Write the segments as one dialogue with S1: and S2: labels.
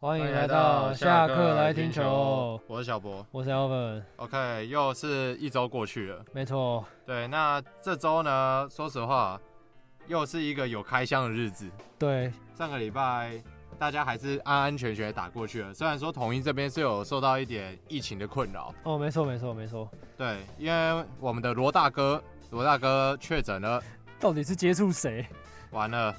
S1: 欢迎来到下课来听球，
S2: 我是小博。
S1: 我是 Alvin，
S2: OK，又是一周过去了。
S1: 没错，
S2: 对，那这周呢，说实话，又是一个有开箱的日子。
S1: 对，
S2: 上个礼拜大家还是安安全全地打过去了，虽然说统一这边是有受到一点疫情的困扰，
S1: 哦，没错，没错，没错，
S2: 对，因为我们的罗大哥，罗大哥确诊了，
S1: 到底是接触谁？
S2: 完了，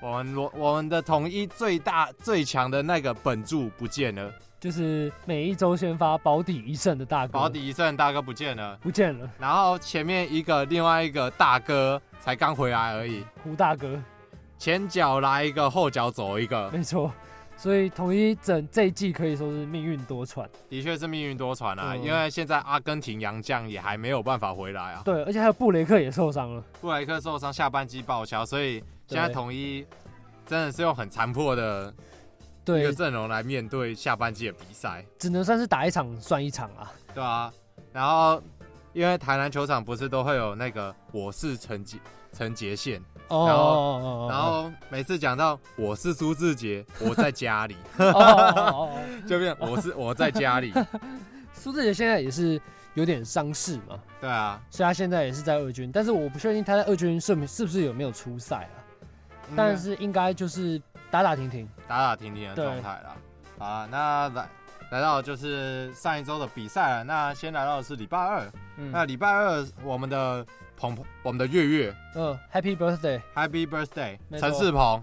S2: 我们罗我们的统一最大最强的那个本柱不见了，
S1: 就是每一周先发保底一胜的大哥，
S2: 保底一胜大哥不见了，
S1: 不见了，
S2: 然后前面一个另外一个大哥才刚回来而已，
S1: 胡大哥，
S2: 前脚来一个，后脚走一个，
S1: 没错。所以统一整这一季可以说是命运多舛，
S2: 的确是命运多舛啊，
S1: 嗯
S2: 因为现在阿根廷洋将也还没有办法回来啊。
S1: 对，而且还有布雷克也受伤了，
S2: 布莱克受伤，下半季报销，所以现在
S1: 对
S2: 统一真的是用很残破的一
S1: 对
S2: 个，阵容来面对下半季的比赛，
S1: 只能算是打一场算一场啊。
S2: 对啊。然后因为台南球场不是都会有那个我是陈杰陈杰宪，
S1: 哦哦哦
S2: 然后每次讲到我是苏志杰，我在家里，
S1: 哦哦哦哦哦，
S2: 就变我是我在家里，
S1: 苏志杰现在也是有点伤势嘛，
S2: 对啊。
S1: 所以他现在也是在二军，但是我不确定他在二军是不是不是有没有出赛啊，
S2: 嗯
S1: 但是应该就是打打停停，
S2: 打打停停的状态啦。好啊，那来来到就是上一周的比赛了。那先来到的是礼拜二，
S1: 嗯，
S2: 那礼拜二我们的鹏鹏，我们的月月
S1: 呃，Happy Birthday，
S2: Happy Birthday
S1: 没错
S2: 陈世鹏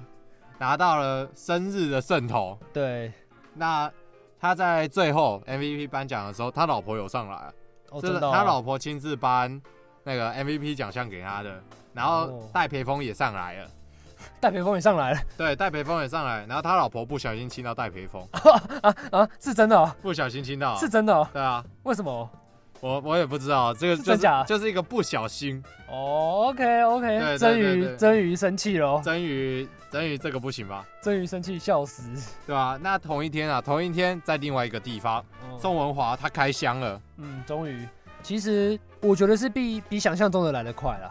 S2: 拿到了生日的圣头。
S1: 对，
S2: 那他在最后 MVP 颁奖的时候，他老婆有上来，
S1: 哦，
S2: 这
S1: 真
S2: 是
S1: 的哦、
S2: 他老婆亲自颁那个 MVP 奖项给他的。然后
S1: 哦
S2: 戴培峰也上来了，
S1: 戴培峰也上来了
S2: 对，戴培峰也上来，然后他老婆不小心亲到戴培峰，
S1: 啊，是真的、哦，
S2: 不小心亲到，
S1: 是真的、哦，
S2: 对啊，
S1: 为什么、
S2: 我我也不知道，这个
S1: 是
S2: 就
S1: 真假
S2: 是就是一个不小心，
S1: 哦，OK
S2: 对
S1: OK，真
S2: 对
S1: 鱼
S2: 对
S1: 真鱼生气了哦，
S2: 真宇真宇这个不行吧？
S1: 真鱼生气笑死，
S2: 对吧、那同一天啊，同一天在另外一个地方，
S1: 嗯
S2: 宋文华他开箱了，
S1: 嗯，终于，其实我觉得是比比想象中的来得快啦，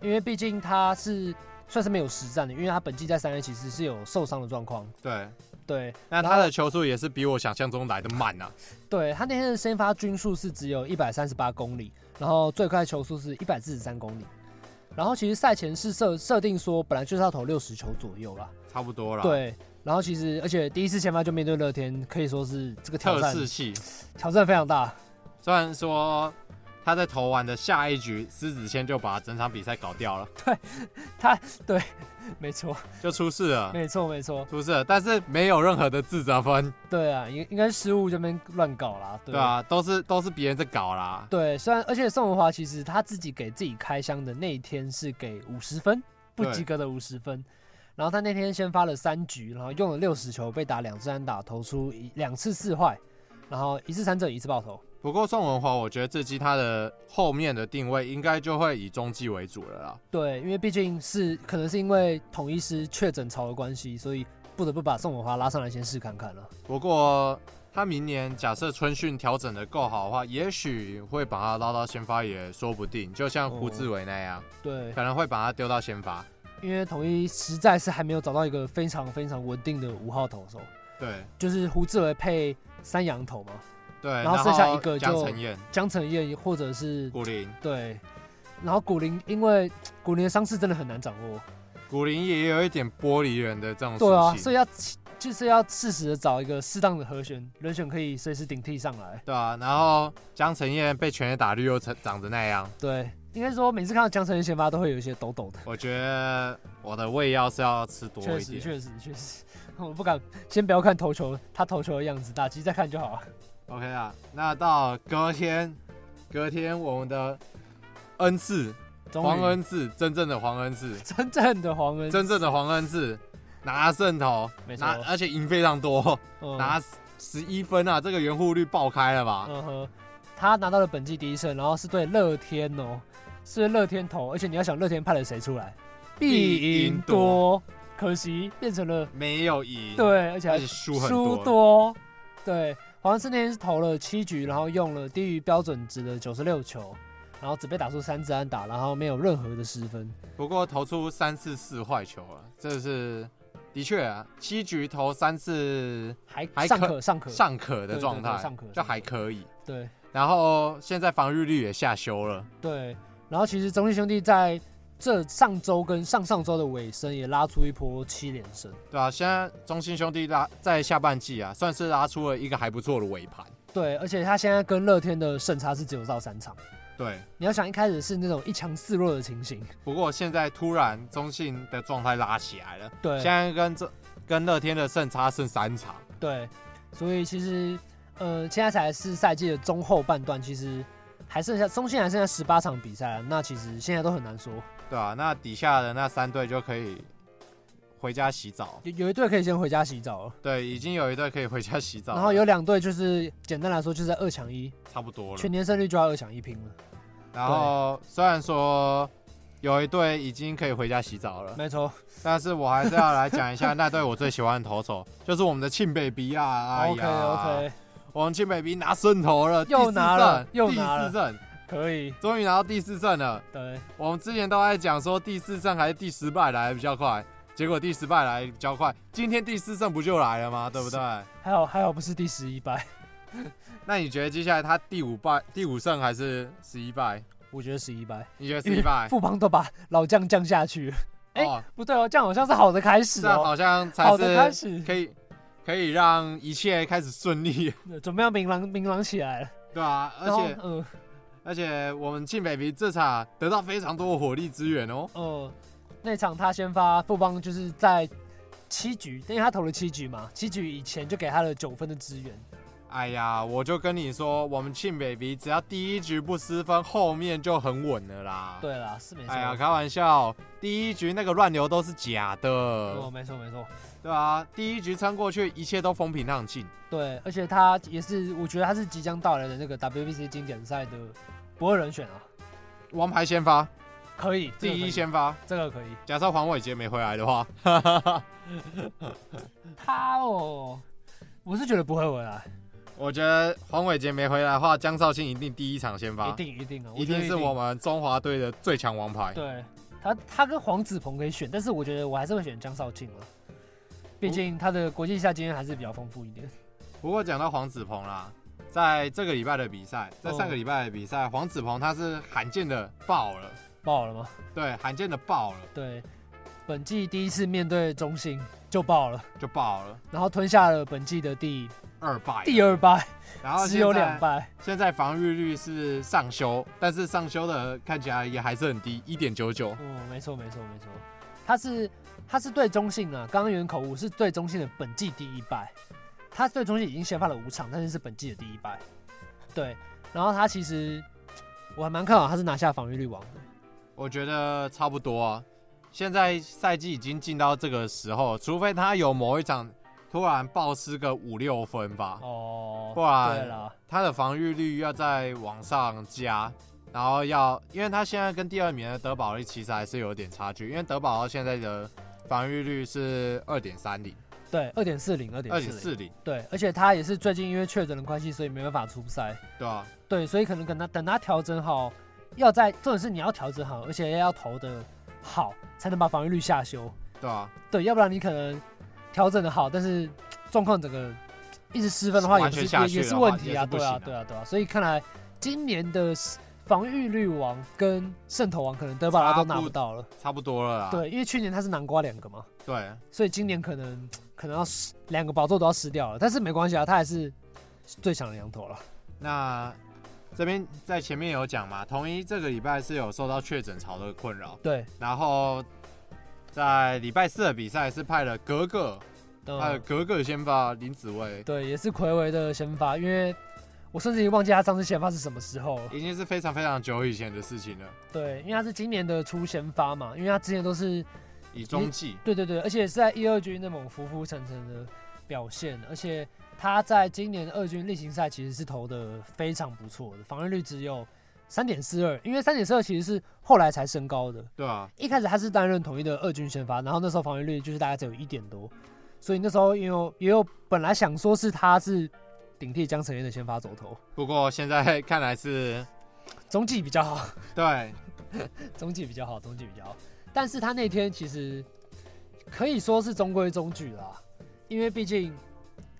S1: 因为毕竟他是算是没有实战的，因为他本季在三 A 其实是有受伤的状况，
S2: 对，
S1: 对
S2: 那他的球速也是比我想象中来的慢啊，
S1: 对，他那天的先发均速是只有一百三十八公里，然后最快球速是一百四十三公里。然后其实赛前是设设定说，本来就是要投六十球左右啦。
S2: 差不多啦。，
S1: 对，然后其实而且第一次先发就面对乐天，可以说是这个挑
S2: 特
S1: 战
S2: 试器，
S1: 挑战非常大。
S2: 虽然说他在投完的下一局，狮子先就把整场比赛搞掉了，
S1: 没错，
S2: 就出事了，
S1: 没错，没错。
S2: 出事了，但是没有任何的自责分，
S1: 对啊，应应该是失误这边乱搞啦。对
S2: 对啊，都是都是别人在搞啦，
S1: 对，虽然而且宋文华其实他自己给自己开箱的那一天是给五十分，不
S2: 对
S1: 及格的五十分。然后他那天先发了三局，然后用了六十球，被打两次安打，投出一两次四坏，然后一次三振，一次爆头。
S2: 不过宋文华，我觉得这季他的后面的定位应该就会以中继为主了啦。
S1: 对，因为毕竟是可能是因为统一师确诊潮的关系，所以不得不把宋文华拉上来先试看看了。
S2: 不过他明年假设春训调整的够好的话，也许会把他拉到先发也说不定，就像胡志伟那样，
S1: 对，
S2: 可能会把他丢到先发。
S1: 因为统一实在是还没有找到一个非常非常稳定的五号投手，
S2: 对
S1: 就是胡志伟配三羊头嘛，
S2: 对，
S1: 然后剩下一个就
S2: 江承彦、
S1: 江承彦或者是
S2: 古林，
S1: 对，然后古林因为古林的伤势真的很难掌握，
S2: 古林也有一点玻璃人的这种
S1: 对啊，
S2: 属性。
S1: 所以要就是要适时的找一个适当的和弦人选，可以随时顶替上来。
S2: 对啊，然后江承彦被全垒打率又成长得那样，
S1: 对，应该说每次看到江承彦先发都会有一些抖抖的，
S2: 我觉得我的胃药是要吃多
S1: 确
S2: 一
S1: 实
S2: 点。
S1: 确实确实， 我不敢先不要看投球，他投球的样子，打击再看就好了。
S2: OK 啊，那到隔天，隔天我们的恩赐
S1: 终于
S2: 黄恩赐，真正的黄恩赐，
S1: 真正的黄恩，
S2: 真正的黄恩赐拿胜投，
S1: 没错
S2: 拿，而且赢非常多，
S1: 嗯
S2: 拿十一分啊，这个圆弧率爆开了吧？
S1: 嗯哼，他拿到了本季第一胜，然后是对乐天哦，是乐天投，而且你要想乐天派了谁出来，
S2: 必
S1: 必
S2: 赢
S1: 赢
S2: 多
S1: 多，可惜变成了
S2: 没有赢，，
S1: 对，而且
S2: 而
S1: 还
S2: 且输很多，
S1: 多，对，黄恩赐那天是投了七局，然后用了低于标准值的九十六球，然后只被打出三支安打，然后没有任何的失分，
S2: 不过投出三次四坏球了，这是的确、啊，七局投三次
S1: 还
S2: 还
S1: 尚
S2: 可
S1: 可尚可
S2: 尚可的
S1: 对
S2: 状
S1: 对对
S2: 态
S1: 尚可尚，可
S2: 就还可以。
S1: 对
S2: 然后现在防御率也下修了，
S1: 对。然后其实中信兄弟在这上周跟上上周的尾声也拉出一波七连胜，
S2: 对啊，现在中信兄弟拉在下半季啊，算是拉出了一个还不错的尾盘。
S1: 对，而且他现在跟乐天的胜差是只有到三场。
S2: 对，
S1: 你要想一开始是那种一强四弱的情形，
S2: 不过现在突然中信的状态拉起来了，
S1: 对
S2: 现在跟这跟乐天的胜差剩三场，
S1: 对，所以其实呃，现在才是赛季的中后半段，其实还剩下中信还剩下十八场比赛了，啊那其实现在都很难说，
S2: 对啊，那底下的那三队就可以回家洗澡。
S1: 有有一队可以先回家洗澡了，
S2: 对，已经有一队可以回家洗澡了，
S1: 然后有两队就是简单来说就是在二抢一，
S2: 差不多了
S1: 全。年胜率就要二抢一拼了，
S2: 然后虽然说有一队已经可以回家洗澡了，
S1: 没错。
S2: 但是我还是要来讲一下那队我最喜欢的投手， 就是我们的庆北比啊！哎
S1: OK
S2: 呀
S1: OK，
S2: 我们庆北比拿胜投了，
S1: 又
S2: 第四
S1: 拿了
S2: 胜
S1: 又拿了
S2: 第四胜，
S1: 可以，
S2: 终于拿到第四胜了。
S1: 对
S2: 我们之前都在讲说第四胜还是第十败来得比较快，结果第十败来得比较快，今天第四胜不就来了吗？对不对？
S1: 还好还好不是第十一败，
S2: 那你觉得接下来他第五败、第五胜还是十一败？
S1: 我觉得十一败，
S2: 你觉得十一败？
S1: 富邦都把老将降下去了， 哎
S2: 哦，
S1: 不对哦，这样好像是好的开始
S2: 这样
S1: 哦，
S2: 啊好像才
S1: 好的开
S2: 是
S1: 始，
S2: 可以可以让一切开始顺利，
S1: 准备要明朗明朗起来了，
S2: 对吧、而
S1: 然后
S2: 且
S1: 嗯
S2: 而且我们庆北鼻这场得到非常多的火力支援哦。
S1: 呃，那场他先发富邦就是在七局，因为他投了七局嘛，七局以前就给他了九分的支援，
S2: 哎呀，我就跟你说，我们庆北鼻只要第一局不失分，后面就很稳了啦。，
S1: 对啦，是没错，
S2: 哎呀，开玩笑，第一局那个乱流都是假的，
S1: 哦，没错没错，
S2: 对啊，第一局撑过去，一切都风平浪静。
S1: 对，而且他也是，我觉得他是即将到来的那个 WBC 经典赛的不二人选啊，
S2: 王牌先发，
S1: 可以，这
S2: 第
S1: 个可
S2: 一
S1: 以
S2: 先发。
S1: 这个可以，
S2: 假设黄伟杰没回来的话，
S1: 他哦，我是觉得不会回来，
S2: 我觉得黄伟杰没回来的话，江绍庆一定第一场先发
S1: 一，定一定啊，
S2: 一
S1: 觉得
S2: 定是我们中华队的最强王牌。
S1: 对他，他跟黄子鹏可以选，但是我觉得我还是会选江少庆了，
S2: 哦
S1: 毕竟他的国际赛经验还是比较丰富一点。
S2: 不过讲到黄子鹏啦，在这个礼拜的比赛，在
S1: 哦
S2: 上个礼拜的比赛，黄子鹏他是罕见的爆了，
S1: 爆了吗？
S2: 对，罕见的爆了
S1: 对，本季第一次面对中信就爆了，
S2: 就爆了
S1: 然后吞下了本季的第
S2: 二败，
S1: 第二败，
S2: 然后
S1: 只
S2: 啊现
S1: 有
S2: 在
S1: 两败。
S2: 现在防御率是上修，但是上修的看起来也还是很低，一点九九。
S1: 哦，没错没错没错，他是他是对中信啊，刚刚有人口误是对中信的本季第一败，他对中信已经先发了五场，但是是本季的第一败。对，然后他其实我还蛮看好他是拿下防御率王的。
S2: 我觉得差不多啊。现在赛季已经进到这个时候，除非他有某一场突然暴失个五六分吧，
S1: 哦，
S2: 不然
S1: 对了，
S2: 他的防御率要再往上加，然后要，因为他现在跟第二名的德保利其实还是有点差距，因为德保利现在的防御率是二点三零、
S1: 对，二点四零，二
S2: 二
S1: 点四
S2: 点
S1: 零，
S2: 四零，
S1: 对，而且他也是最近因为确诊的关系，所以没办法出赛，
S2: 对吧、啊？
S1: 对，所以可能等他等他调整好，要在重点是你要调整好，而且要投的好，才能把防御率下修，
S2: 对啊，
S1: 对，要不然你可能调整的好，但是状况整个一直失分的话，也
S2: 完
S1: 不
S2: 全
S1: 是
S2: 下
S1: 也
S2: 去
S1: 也是
S2: 的
S1: 问
S2: 话
S1: 题
S2: 也
S1: 啊，
S2: 是不
S1: 对啊，
S2: 行啊
S1: 对啊，对啊，所以看来今年的防御率王跟渗透王可能德保拉都拿
S2: 差不啊
S1: 不到了，
S2: 差不多了啦。
S1: 对，因为去年他是南瓜两个嘛。
S2: 对
S1: 所以今年可能可能要失两个宝座都要失掉了，但是没关系啊，他还是最强的羊头了。
S2: 那这边在前面有讲嘛，统一这个礼拜是有受到确诊潮的困扰，
S1: 对，
S2: 然后在礼拜四的比赛是派了格格，派了
S1: 嗯，
S2: 格格先发林子薇，
S1: 对，也是魁违的先发，因为我甚至已经忘记他上次先发是什么时候了。
S2: 已经是非常非常久以前的事情了，
S1: 对，因为他是今年的初先发嘛，因为他之前都是
S2: 以中继。
S1: 对对对，而且是在一二军那种浮浮沉沉的表现，而且他在今年的二军例行赛其实是投的非常不错的，防御率只有三点四二，因为三点四二其实是后来才升高的。
S2: 对啊，
S1: 一开始他是担任统一的二军先发，然后那时候防御率就是大概只有一点多，所以那时候也有也有本来想说是他是顶替江承彦的先发走 投，
S2: 不过现在看来是
S1: 中继比较好，
S2: 对
S1: 中继比较好，中继比较好。但是他那天其实可以说是中规中矩啦，因为毕竟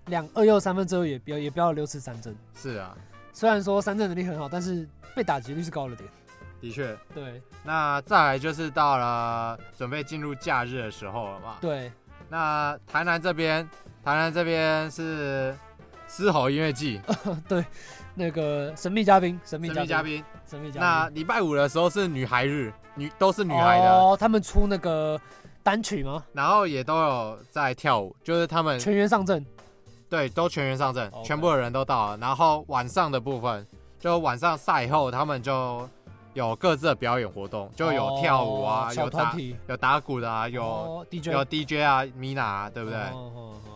S1: 两二又三分之后也不要也不要六次三振，
S2: 是啊，
S1: 虽然说三振能力很好，但是被打击率是高了点。
S2: 的确。
S1: 对
S2: 那再来就是到了准备进入假日的时候了嘛。
S1: 对，
S2: 那台南这边，台南这边是狮吼音乐季，
S1: 哦那个神秘嘉宾，神秘
S2: 神
S1: 嘉宾，
S2: 秘嘉宾。
S1: 神秘嘉宾，
S2: 那礼拜五的时候是女孩日，女都是女孩的，
S1: 哦，他们出那个单曲吗？
S2: 然后也都有在跳舞，就是他们
S1: 全员上阵，
S2: 对都全员上阵
S1: OK
S2: 全部的人都到了。然后晚上的部分，就晚上赛后他们就有各自的表演活动，就有跳舞啊，
S1: 哦小
S2: 有
S1: 团
S2: 打
S1: 体，
S2: 有打鼓的啊，有、
S1: 哦 DJ，
S2: 有 DJ 啊，米娜、啊，
S1: 对
S2: 对不对？对
S1: 对？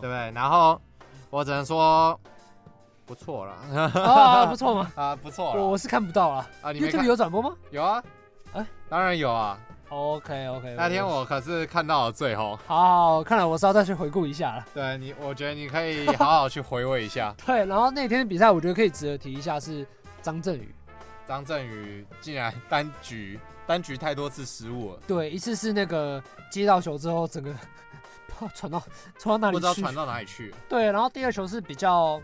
S2: 不对？然后我只能说不错了
S1: 啊，不错嘛，
S2: 啊，不错
S1: 我
S2: 了
S1: 我是看不到啦
S2: 啊！你没
S1: ，YouTube
S2: 看
S1: 有转播吗
S2: 有啊？
S1: 哎
S2: 当然有啊！
S1: ？OK OK，
S2: 那天我可是看到了最后，
S1: 好，看来我是要再去回顾一下了。
S2: 对你，我觉得你可以好好去回味一下
S1: 对，然后那天的比赛，我觉得可以值得提一下是张振宇，
S2: 张振宇竟然单局单局太多次失误了，
S1: 对，一次是那个接到球之后，整个 不知道传到传到哪
S2: 不知道
S1: 里去
S2: 传，到哪里去。
S1: 对，然后第二球是比较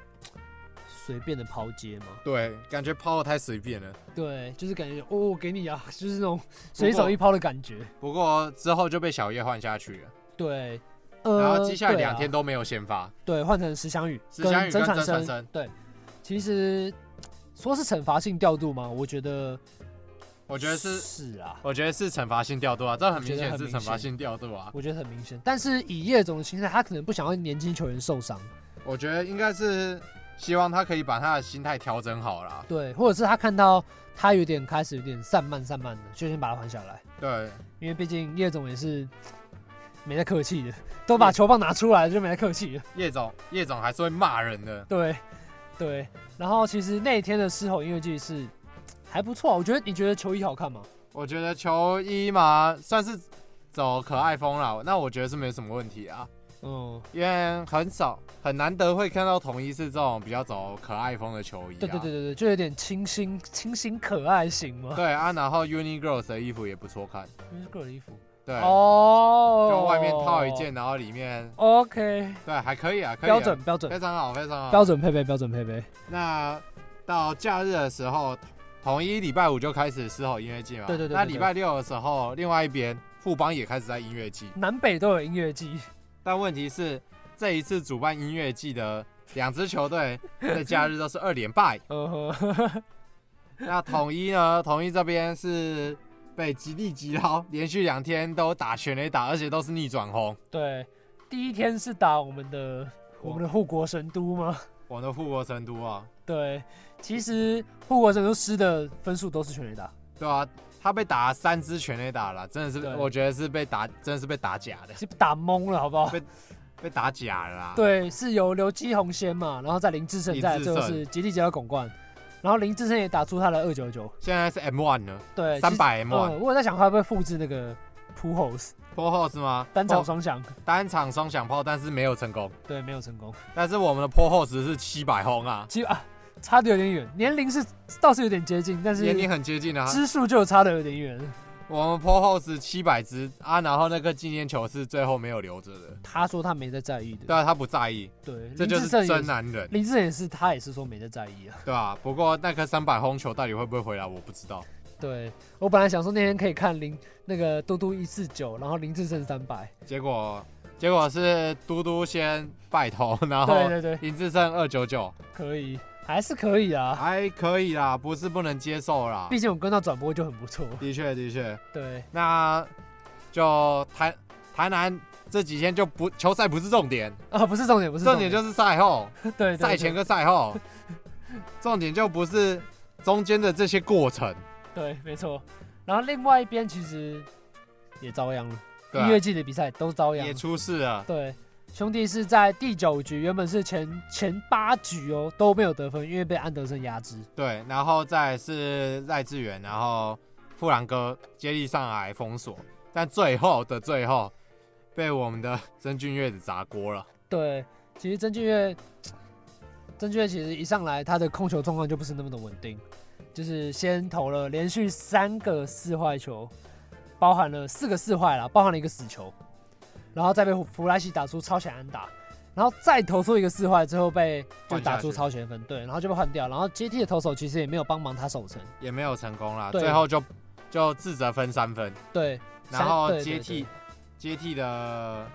S1: 随便的抛接嘛，
S2: 对，感觉抛的太随便了。
S1: 对，就是感觉哦，给你啊， 就是那种随手一抛的感觉。
S2: 不过之后就被小叶换下去了，
S1: 对，呃，
S2: 然后接下来
S1: 对啊
S2: 两天都没有先发。
S1: 对换成石祥宇
S2: 石翔宇
S1: 曾
S2: 跟
S1: 传
S2: 曾传
S1: 生。
S2: 生，
S1: 其实说是惩罚性调度吗？我觉得
S2: 我觉得是，
S1: 是啊，
S2: 我觉得是惩罚性调度啊，这很明
S1: 我
S2: 显
S1: 觉得很
S2: 是
S1: 明显
S2: 惩罚性调度啊。
S1: 我觉得很明显。但是以叶总的心态，他可能不想要年轻球员受伤，
S2: 我觉得应该是希望他可以把他的心态调整好啦。
S1: 对，或者是他看到他有点开始有点散漫散漫的，就先把他换下来，
S2: 对，
S1: 因为毕竟叶总也是没在客气的，都把球棒拿出来就没在客气了。
S2: 叶总，叶总还是会骂人的。
S1: 对，对。然后其实那一天的狮吼音乐季是还不错，我觉得你觉得球衣好看吗？
S2: 我觉得球衣嘛，算是走可爱风啦，那我觉得是没什么问题啊，
S1: 嗯，
S2: 因为很少很难得会看到统一是这种比较走可爱风的球衣、啊。
S1: 对对对对对，就有点清新清新可爱型嘛。
S2: 对啊，然后 Uni Girls 的衣服也不错看，
S1: 因为是个人衣服
S2: 对，
S1: 哦，
S2: 就外面套一。件，然后里面
S1: OK，
S2: 对还可以啊，可以啊啊
S1: 标，准标准
S2: 非常好，非常好，
S1: 标准配备标准配备。
S2: 那到假日的时候，统一礼拜五就开始狮吼音乐季嘛。
S1: 对对对对
S2: 那礼拜六的时候，另外一边富邦也开始在音乐季，
S1: 南北都有音乐季，
S2: 但问题是这一次主办音乐季的两支球队在假日都是二连 败。
S1: 呃呵，
S2: 那统一呢？统一这边是被极力击捞，连续两天都打全垒打，而且都是逆转红。
S1: 对，第一天是打我们的我们的护国神都吗？
S2: 我们的护国神都啊，
S1: 对，其实护国神都失的分数都是全垒打，
S2: 对啊，他被打了三支全垒打了，真的是
S1: 对，
S2: 我觉得是被打，真的是被打假的，
S1: 是打懵了，好不好
S2: 被？被打假了啦。
S1: 对，是由刘基宏先嘛，然后再林志胜，
S2: 啊林
S1: 再来
S2: 志
S1: 最后
S2: 胜
S1: 是吉利杰到巩冠，然后林志胜也打出他的二九九，
S2: 现在是 M one 了，
S1: 对，
S2: 三百 M
S1: 其实。
S2: one，
S1: 嗯，我有在想他会不会复制那个 p u h o s
S2: 波后是吗？
S1: 单场
S2: 坡
S1: 双响，
S2: 单场双响炮，但是没有成功。
S1: 对，没有成功。
S2: 但是我们的波后值是七百轰啊，
S1: 其实啊，差的有点远，年龄是倒是有点接近，但是
S2: 年龄很接近啊。
S1: 支数就有差的有点远。
S2: 我们波后是七百支啊，然后那个纪念球是最后没有留着的。
S1: 他说他没在在意
S2: 对
S1: 的，
S2: 啊，他不在意，
S1: 对，林
S2: 这就
S1: 志
S2: 是
S1: 胜也
S2: 真啊
S1: 是，
S2: 男人，
S1: 林志胜也是，他也是说没在在意啊。
S2: 对吧、不过那颗三百轰球到底会不会回来，我不知道。
S1: 对我本来想说那天可以看林那个嘟嘟一四九，然后林志胜三百，
S2: 结果结果是嘟嘟先拜头，然
S1: 对
S2: 后
S1: 对对，
S2: 林志胜二九九，
S1: 可以，还是可以啊。
S2: 还可以啦，不是不能接受啦。
S1: 毕竟我跟到转播就很不错，
S2: 的确的确，
S1: 对，
S2: 那就台台南这几天就不球赛不是重点，
S1: 啊，不是重点，不是
S2: 重点就是赛后、
S1: 对对对
S2: 赛前跟赛后，重点就不是中间的这些过程。
S1: 对，没错。然后另外一边其实也遭殃了，
S2: 对啊
S1: 音乐啊季的比赛都遭殃
S2: 也
S1: 了。
S2: 出事了，
S1: 对，兄弟是在第九局，原本是前前八局哦都没有得分，因为被安德森压制。
S2: 对，然后再来是赖志远，然后富兰哥接力上来封锁，但最后的最后被我们的曾俊岳子砸锅了。
S1: 对，其实曾俊岳，曾俊岳其实一上来他的控球状况就不是那么的稳定，就是先投了连续三个四坏球，包含了四个四坏啦，包含了一个死球，然后再被弗莱西打出超前安打，然后再投出一个四坏之后被就
S2: 换下
S1: 打出
S2: 去
S1: 超前分，对，然后就被换掉，然后接替的投手其实也没有帮忙他守城，
S2: 也没有成功啦，
S1: 对
S2: 最后就就自责分三分，
S1: 对，
S2: 然后
S1: 三对
S2: 接
S1: 对
S2: 替
S1: 对
S2: 接替的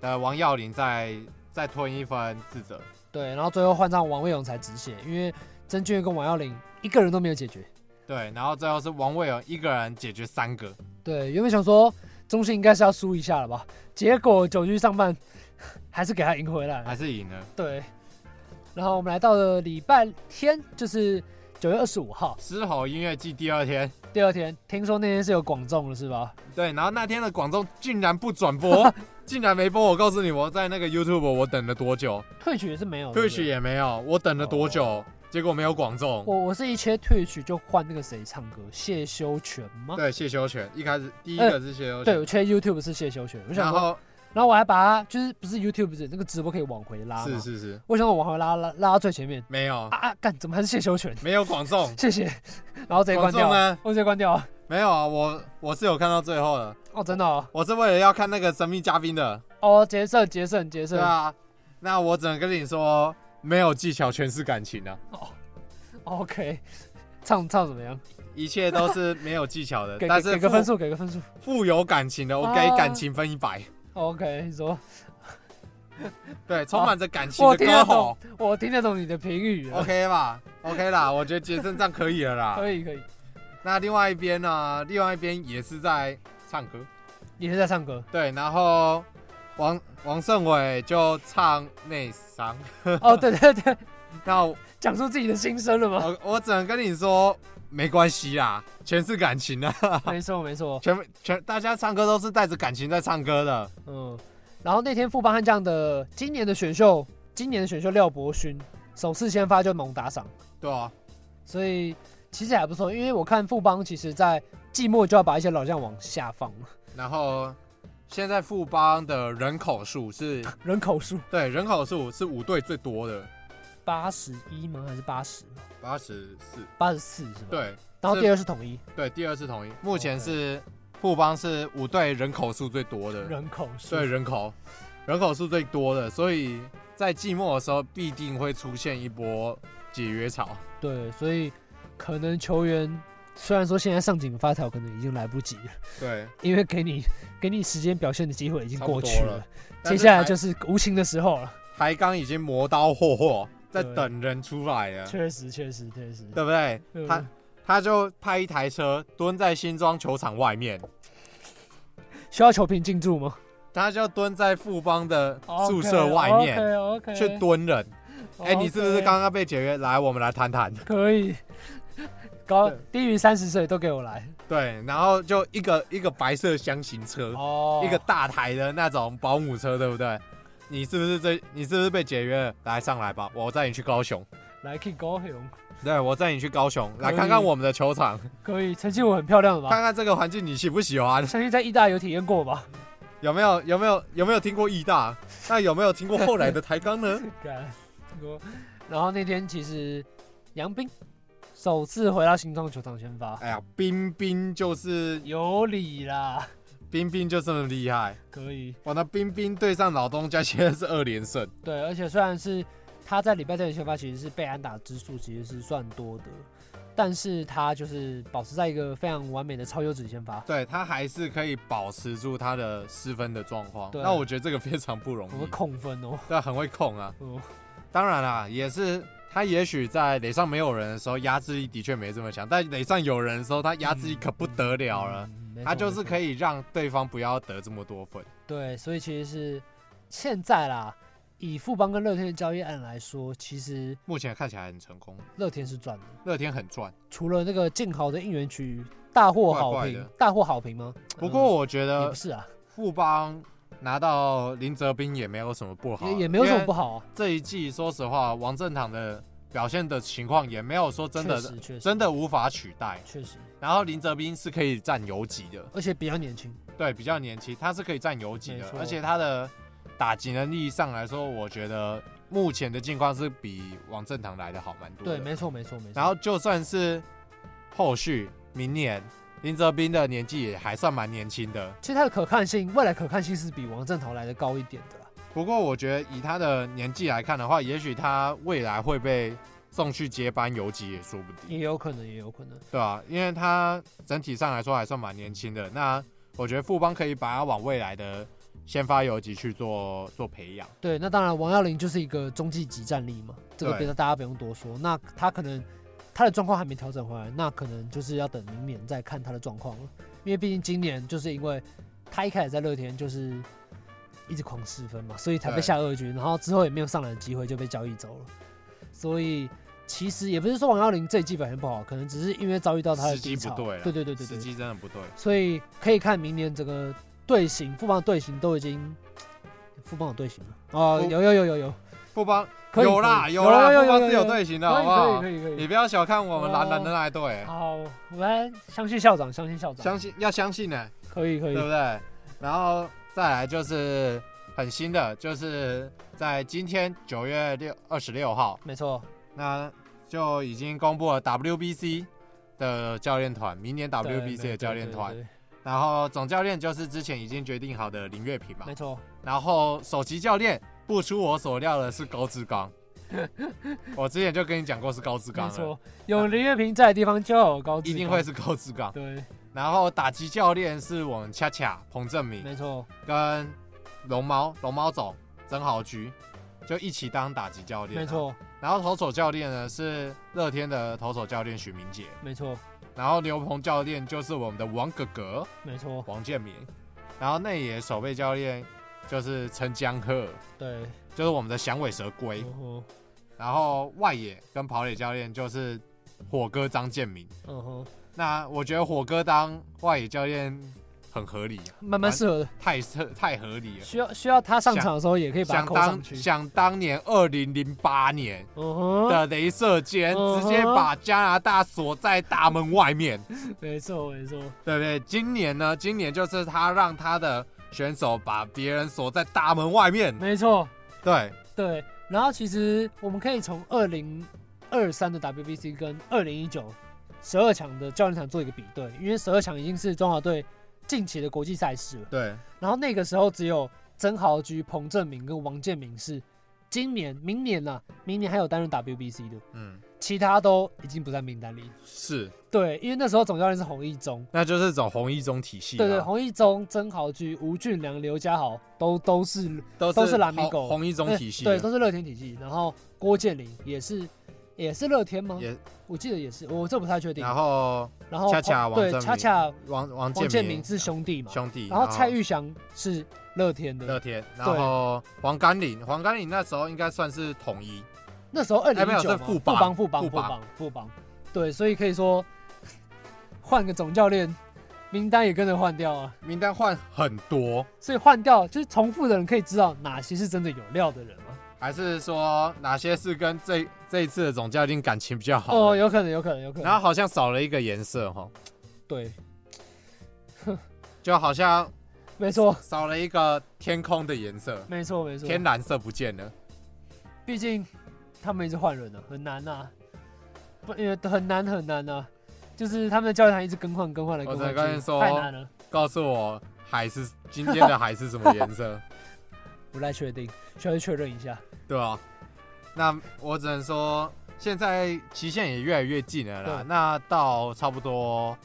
S2: 的王耀林再再吞一分自责，
S1: 对，然后最后换上王卫勇才止血，因为曾俊跟王耀林一个人都没有解决。
S2: 对，然后最后是王卫勇一个人解决三个，
S1: 对，原本想说中信应该是要输一下了吧，结果九局上半 还是给他赢回来
S2: 还
S1: 了。
S2: 是赢了，
S1: 对，然后我们来到了礼拜天，就是九月二十五号，
S2: 狮吼音乐季第二天，
S1: 第二天，听说那天是有广众了是吧？
S2: 对，然后那天的广州竟然不转播， 竟然没播，我告诉你，我在那个 YouTube 我等了多久
S1: 退取也是没有，哦对不对哦
S2: ，Twitch 也没有，我等了多久，结果没有广众。
S1: 我我是一切退取就换那个谁唱歌，谢修全吗？
S2: 对，谢修全一开始第一个是谢修
S1: 呃对，
S2: 全，
S1: 我缺 YouTube 是谢修全，我想
S2: 然
S1: 说，然后
S2: 后
S1: 我还把它就是不是 YouTube 不是那个直播可以往回拉嘛，
S2: 是是是
S1: 我想我往回拉拉拉到最前面
S2: 没有
S1: 啊啊，干怎么还是谢修全？
S2: 没有广众，
S1: 谢谢，然后直接关
S2: 广众啊
S1: 掉，
S2: 呢
S1: 我直接哦关掉。
S2: 没有啊，我我是有看到最后的，
S1: 哦，真的哦，
S2: 我是为了要看那个神秘嘉宾的，
S1: 哦，杰胜，杰胜，杰
S2: 对
S1: 胜，
S2: 啊，那我只能跟你说，没有技巧全是感情啊，
S1: OK，唱唱怎么样？
S2: 一切都是没有技巧的，
S1: 给
S2: 但
S1: 给
S2: 是
S1: 给个
S2: 富
S1: 分数，给个分数。
S2: 富有感情的，我给
S1: 啊
S2: 感情分一百，
S1: OK，你说
S2: 对，充满着感情
S1: 哦我
S2: 的
S1: 听得
S2: 歌喉
S1: 懂，我听得懂你的评语了，
S2: ，OK 吧？OK 啦，我觉得杰森这样可以了啦。
S1: 可以可以，
S2: 那另外一边呢？另外一边也是在唱歌，
S1: 你是在唱歌
S2: 对，然后王王胜伟就唱内伤，
S1: 哦，对对对，
S2: 那我
S1: 讲出自己的心声 了吗？
S2: 我哦我只能跟你说，没关系啦，全是感情啊，
S1: 没错没错，
S2: 全全大家唱歌都是带着感情在唱歌的。
S1: 嗯，然后那天富邦悍将的今年的选秀，今年的选秀廖博勋首次先发就猛打赏，
S2: 对啊，
S1: 所以其实还不错，因为我看富邦其实在季末就要把一些老将往下放了，
S2: 然后现在富邦的人口数 是
S1: 人口数
S2: 对人口数是五队最多的，
S1: 八十一吗？还是八十？
S2: 八十四。
S1: 八十四是吧？。
S2: 对
S1: 然后第二是统一
S2: 对，第二次统一，目前是富邦是五队人口数最多的，
S1: 人口数，
S2: 对人口人口数最多的，所以在季末的时候必定会出现一波解约潮。
S1: 对，所以可能球员虽然说现在上紧发条可能已经来不及了，
S2: 对，
S1: 因为给你给你时间表现的机会已经
S2: 差不
S1: 过
S2: 多
S1: 去
S2: 了
S1: 了，
S2: 但
S1: 接
S2: 是
S1: 下来
S2: 台
S1: 就是无情的时候了。
S2: 台钢已经磨刀霍霍，在
S1: 对
S2: 等人出来了，
S1: 确实，确实，确实。
S2: 对不对？
S1: 嗯
S2: 他他就派一台车蹲在新庄球场外面，
S1: 需要球评进驻吗？
S2: 他就蹲在富邦的宿舍外面
S1: OK，,
S2: 去蹲人。哎、你是不是刚刚被解约？来，我们来谈谈。
S1: 可以？高
S2: 对
S1: 低于三十岁都给我来
S2: 对，然后就一个一个白色箱型车，
S1: 哦
S2: 一个大台的那种保姆车，对不对？你是不是这？你是不是被解约了？来上来吧，我载你去高雄。
S1: 来 King 高雄，
S2: 对，我载你去高雄，来
S1: 可以
S2: 看看我们的球场，
S1: 可以陈信武很漂亮的吧
S2: 看？看这个环境你喜不喜欢？
S1: 相信在意大有体验过吧？
S2: 有没有有没有有没有听过义大？那有没有听过后来的台 钢呢？
S1: 干我然后那天其实杨斌首次回到新庄球场先发，
S2: 哎呀，冰冰就是
S1: 有理啦，
S2: 冰冰就这么厉害，
S1: 可以。
S2: 我那冰冰对上老东家现在是二连胜，
S1: 对，而且虽然是他在礼拜天的先发，其实是被安打之数其实是算多的，但是他就是保持在一个非常完美的超优质先发。
S2: 对他还是可以保持住他的失分的状况。
S1: 对
S2: 那我觉得这个非常不容
S1: 我们
S2: 易，
S1: 控分哦，
S2: 对，很会控啊。
S1: 嗯，
S2: 当然啦，也是他也许在垒上没有人的时候压制力的确没这么强，但垒上有人的时候他压制力可不得了了，
S1: 嗯，没
S2: 他
S1: 错
S2: 就是
S1: 没错
S2: 可以让对方不要得这么多分。
S1: 对，所以其实是现在啦，以富邦跟乐天的交易案来说，其实
S2: 目前看起来很成功，
S1: 乐天是赚的。
S2: 乐天很赚。
S1: 除了那个静豪的应援曲大获好评，
S2: 怪怪的
S1: 大获好评吗？
S2: 不过我呃觉
S1: 嗯也
S2: 得
S1: 不是啊，
S2: 富邦拿到林哲斌也没有什么不好，
S1: 也也没有什么不
S2: 好。
S1: 好啊。
S2: 这一季说实话，王正堂的表现的情况也没有说真
S1: 确实
S2: 的
S1: 确实
S2: 真的无法取代。
S1: 确实，
S2: 然后林哲斌是可以占游击的，
S1: 而且比较年轻，
S2: 对，比较年轻，他是可以占游击
S1: 没
S2: 的，
S1: 错
S2: 而且他的打击能力上来说，我觉得目前的境况是比王正堂来的好蛮多
S1: 对，
S2: 的。
S1: 没错没错没错。
S2: 然后就算是后续明年林哲斌的年纪也还算蛮年轻的，
S1: 其实他的可看性，未来可看性是比王正豪来的高一点的啦。
S2: 不过我觉得以他的年纪来看的话，也许他未来会被送去接班游击也说不定，
S1: 也有可能，也有可能。
S2: 对吧、因为他整体上来说还算蛮年轻的，那我觉得富邦可以把他往未来的先发游击去做做培养。
S1: 对，那当然，王耀林就是一个中继级战力嘛，这个
S2: 对
S1: 别的大家不用多说。那他可能他的状况还没调整回来，那可能就是要等明年再看他的状况了，因为毕竟今年就是因为他一开始在乐天就是一直狂失分嘛，所以才被
S2: 对
S1: 下二军，然后之后也没有上篮的机会就被交易走了。所以其实也不是说王耀林这一季表现不好，可能只是因为遭遇到他的
S2: 时机
S1: 低潮
S2: 不对啦
S1: 对对对对
S2: 时
S1: 对，
S2: 机真的不对，
S1: 所以可以看明年整个队形，富邦队形都已经富邦有队形吗？哦，
S2: 富
S1: 有有有有有，
S2: 富邦
S1: 可以
S2: 有啦
S1: 可以
S2: 有啦，
S1: 有
S2: 富邦是有
S1: 可以
S2: 队形的，好不好
S1: 可？以可以可
S2: 你
S1: 以。
S2: 不要小看我们
S1: 哦
S2: 蓝蓝的那一队，
S1: 好，我们相信校长，相信校长，
S2: 相信要相信呢、
S1: 可以可以
S2: 对不对？然后再来就是很新的，就是在今天九月六二十六号，
S1: 没错，
S2: 那就已经公布了 WBC 的教练团，明年
S1: 对
S2: WBC 的教练，团
S1: 对。对对
S2: 然后总教练就是之前已经决定好的林月平嘛
S1: 对没。错，
S2: 然后首席教练不出我所料的是高 志刚，我之前就跟你讲过是高志刚
S1: 没
S2: 了，
S1: 错，有林月平在的地方就有高志
S2: 一定
S1: 刚
S2: 会，是高志刚。
S1: 对，
S2: 然后打击教练是我们恰恰彭正明，
S1: 没错，
S2: 跟龙猫龙猫总曾豪居就一起当打击教练，啊
S1: 没。错，
S2: 然后投手教练呢是乐天的投手教练许明杰，
S1: 没错，
S2: 然后牛棚教练就是我们的王哥哥
S1: 没错，
S2: 王建民，然后内野守备教练就是陈江鹤，
S1: 对，
S2: 就是我们的响尾蛇龟，
S1: 嗯哼，
S2: 然后外野跟跑垒教练就是火哥张建民。
S1: 嗯哼，
S2: 那我觉得火哥当外野教练很合理、啊，
S1: 慢慢适合的，
S2: 太合太合理了。
S1: 需要需要他上场的时候也可以把他
S2: 想
S1: 扣上
S2: 当
S1: 去，
S2: 想当年二零零八年
S1: 嗯哼，
S2: 的镭射尖，
S1: 嗯哼
S2: 直接把加拿大锁在大门外面，
S1: 没错没错，
S2: 对不对？今年呢，今年就是他让他的选手把别人锁在大门外面，
S1: 没错，
S2: 对
S1: 对。然后其实我们可以从二零二三的 WBC 跟二零一九十二强的教练团做一个比对，因为十二强已经是中华队近期的国际赛事了。
S2: 对
S1: 然后那个时候只有曾豪居、彭正明跟王建民是今年、明年呐、明年还有担任 WBC 的，
S2: 嗯，
S1: 其他都已经不在名单里。
S2: 是，
S1: 对，因为那时候总教练是洪一中，
S2: 那就是走红一中体系啦，
S1: 对对，洪一中、曾豪居、吴俊良、刘家豪都都是
S2: 都是
S1: 都是蓝米狗
S2: 红红一中体系
S1: 对，
S2: 的，
S1: 哎对都是乐天体系。然后郭建林也是，也是乐天吗？
S2: 也
S1: 我记得也是，我这不太确定。
S2: 然后
S1: 然后
S2: 恰恰王
S1: 对
S2: 正明
S1: 恰恰
S2: 王王
S1: 王
S2: 建
S1: 建
S2: 民
S1: 民是兄弟嘛，
S2: 兄弟，
S1: 然后蔡玉祥是乐天
S2: 乐
S1: 的。
S2: 天，然后黄甘霖，黄甘霖那时候应该算是统一，
S1: 那时候二零
S2: 哎没有
S1: 一
S2: 是
S1: 九
S2: 富
S1: 富
S2: 邦
S1: 邦富邦
S2: 富
S1: 富
S2: 邦
S1: 邦富邦，对，所以可以说换个总教练，名单也跟着换掉啊。
S2: 名单换很多。
S1: 所以换掉就是重复的人可以知道哪些是真的有料的人嘛。
S2: 还是说哪些是跟这这一次的总教练感情比较好？
S1: 哦，有可能，有可能，有可
S2: 然
S1: 能。
S2: 后好像少了一个颜色哈，
S1: 对，
S2: 就好像
S1: 没错，
S2: 少了一个天空的颜色，
S1: 没错，没错。
S2: 天蓝色不见了。
S1: 毕竟他们一直换人呢、很难呐、啊不，因为很难很难呐、就是他们的教练团一直更换更换来
S2: 我
S1: 更
S2: 只能
S1: 换
S2: 跟你
S1: 去，
S2: 说
S1: 太难了，
S2: 告诉我海是今天的海是什么颜 色，
S1: 不太确定，需要去确认一下。
S2: 对吧、那我只能说现在期限也越来越近了啦
S1: 对。
S2: 那到差不多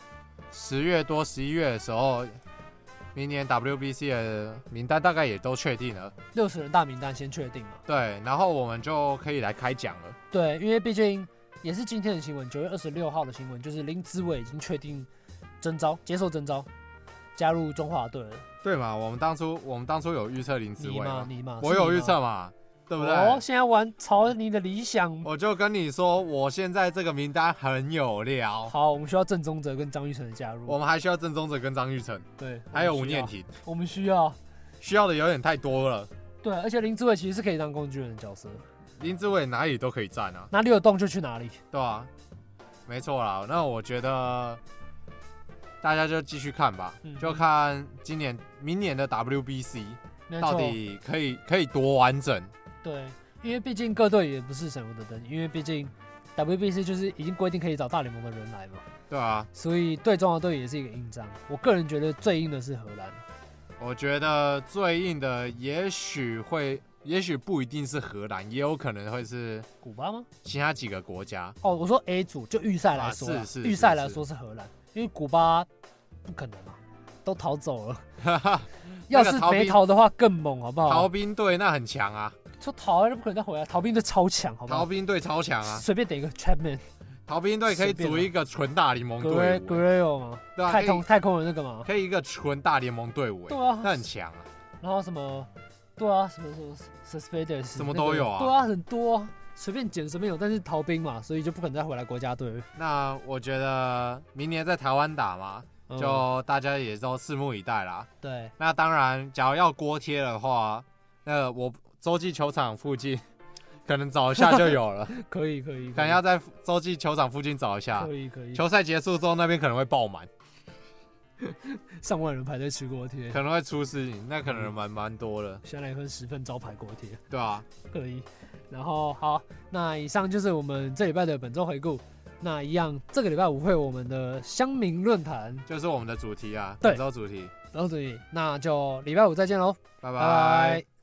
S2: 十月多十一月的时候，明年 WBC 的名单大概也都确定了。
S1: 六十人大名单先确定嘛？
S2: 对，然后我们就可以来开奖了。
S1: 对，因为毕竟也是今天的新闻，九月二十六号的新闻，就是林子伟已经确定征召，接受征召，加入中华队了。
S2: 对嘛？我们当初我们当初有预测林子
S1: 你
S2: 伟
S1: 吗
S2: 嘛？？
S1: 你吗？
S2: 我
S1: 是
S2: 有
S1: 你
S2: 预
S1: 吗，
S2: 测嘛？对不对？哦
S1: 哦，现在玩朝你的理想。
S2: 我就跟你说，我现在这个名单很有料。
S1: 好，我们需要郑宗哲跟张玉成的加
S2: 我
S1: 入。
S2: 们还需要郑宗哲跟张玉成，
S1: 对，
S2: 哦还有
S1: 我
S2: 吴
S1: 们需要
S2: 念，婷，
S1: 我们需要。
S2: 需要的有点太多了。
S1: 对，而且林志伟其实是可以当工具人的角色，
S2: 林子伟哪里都可以站啊，
S1: 哪里有洞就去哪里。
S2: 对啊，没错啦。那我觉得大家就继续看吧，
S1: 嗯
S2: 就看今年、明年的 WBC
S1: 没
S2: 到
S1: 错，
S2: 底可以可以多完整。
S1: 对，因为毕竟各队也不是省油的灯，因为毕竟 WBC 就是已经规定可以找大联盟的人来嘛，
S2: 对啊，
S1: 所以对中华队也是一个硬仗。我个人觉得最硬的是荷兰，
S2: 我觉得最硬的也许会，也许不一定是荷兰，也有可能会是
S1: 古巴吗？
S2: 其他几个国家。
S1: 哦，我说 A 组就预赛来说啦
S2: 啊是是
S1: 预赛来说是荷兰，因为古巴不可能嘛，都逃走 了。要是
S2: 逃
S1: 没
S2: 兵
S1: 逃的话更猛，好不好？
S2: 逃兵队那很强啊，
S1: 说逃啊就不可能再回来，逃兵队超强，好不
S2: 逃
S1: 好？
S2: 兵队超强啊，
S1: 随便点一个 Chapman、
S2: 逃兵队可以组一个纯大联盟
S1: g r e
S2: 队
S1: g
S2: 伍，
S1: r e o 嘛，
S2: 对啊，
S1: 太
S2: 可以
S1: 空太空人那个嘛，
S2: 可以一个纯大联盟队伍，
S1: 对啊
S2: 那很强啊。
S1: 然后什么，对啊，什么什么 Suspenders
S2: 什么都有啊
S1: 对啊，很多啊、随便捡随便有，但是逃兵嘛，所以就不可能再回来国家队了。
S2: 那我觉得明年在台湾打嘛，
S1: 嗯
S2: 就大家也都拭目以待啦。
S1: 对，
S2: 那当然，假如要锅贴的话，那我洲际球场附近 可能找一下就有 了，
S1: 可以可以，
S2: 可能要在洲际球场附近找一下
S1: 可。以可以，
S2: 球赛结束之后，那边可能会爆满，
S1: 上万人排队吃锅贴，
S2: 可能会出事情，那可能蛮蛮多的，
S1: 先来一份十份招牌锅贴，
S2: 对啊，
S1: 可以。然后好，那以上就是我们这礼拜的本周回顾。那一样，这个礼拜五会有我们的乡民论坛
S2: 就是我们的主题啊，
S1: 对
S2: 本周主题，
S1: 到这里，那就礼拜五再见喽，
S2: 拜
S1: 拜拜。